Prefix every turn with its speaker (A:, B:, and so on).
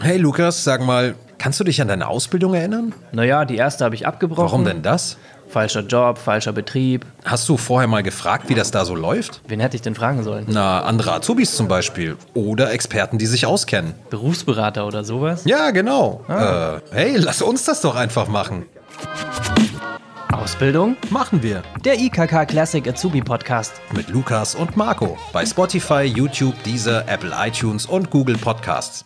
A: Hey Lukas, sag mal, kannst du dich an deine Ausbildung erinnern?
B: Naja, die erste habe ich abgebrochen.
A: Warum denn das?
B: Falscher Job, falscher Betrieb.
A: Hast du vorher mal gefragt, wie das da so läuft?
B: Wen hätte ich denn fragen sollen?
A: Na, andere Azubis zum Beispiel. Oder Experten, die sich auskennen.
B: Berufsberater oder sowas?
A: Ja, genau. Äh, hey, lass uns das doch einfach machen.
B: Ausbildung?
A: Machen wir.
B: Der IKK Classic Azubi Podcast.
A: Mit Lukas und Marco. Bei Spotify, YouTube, Deezer, Apple iTunes und Google Podcasts.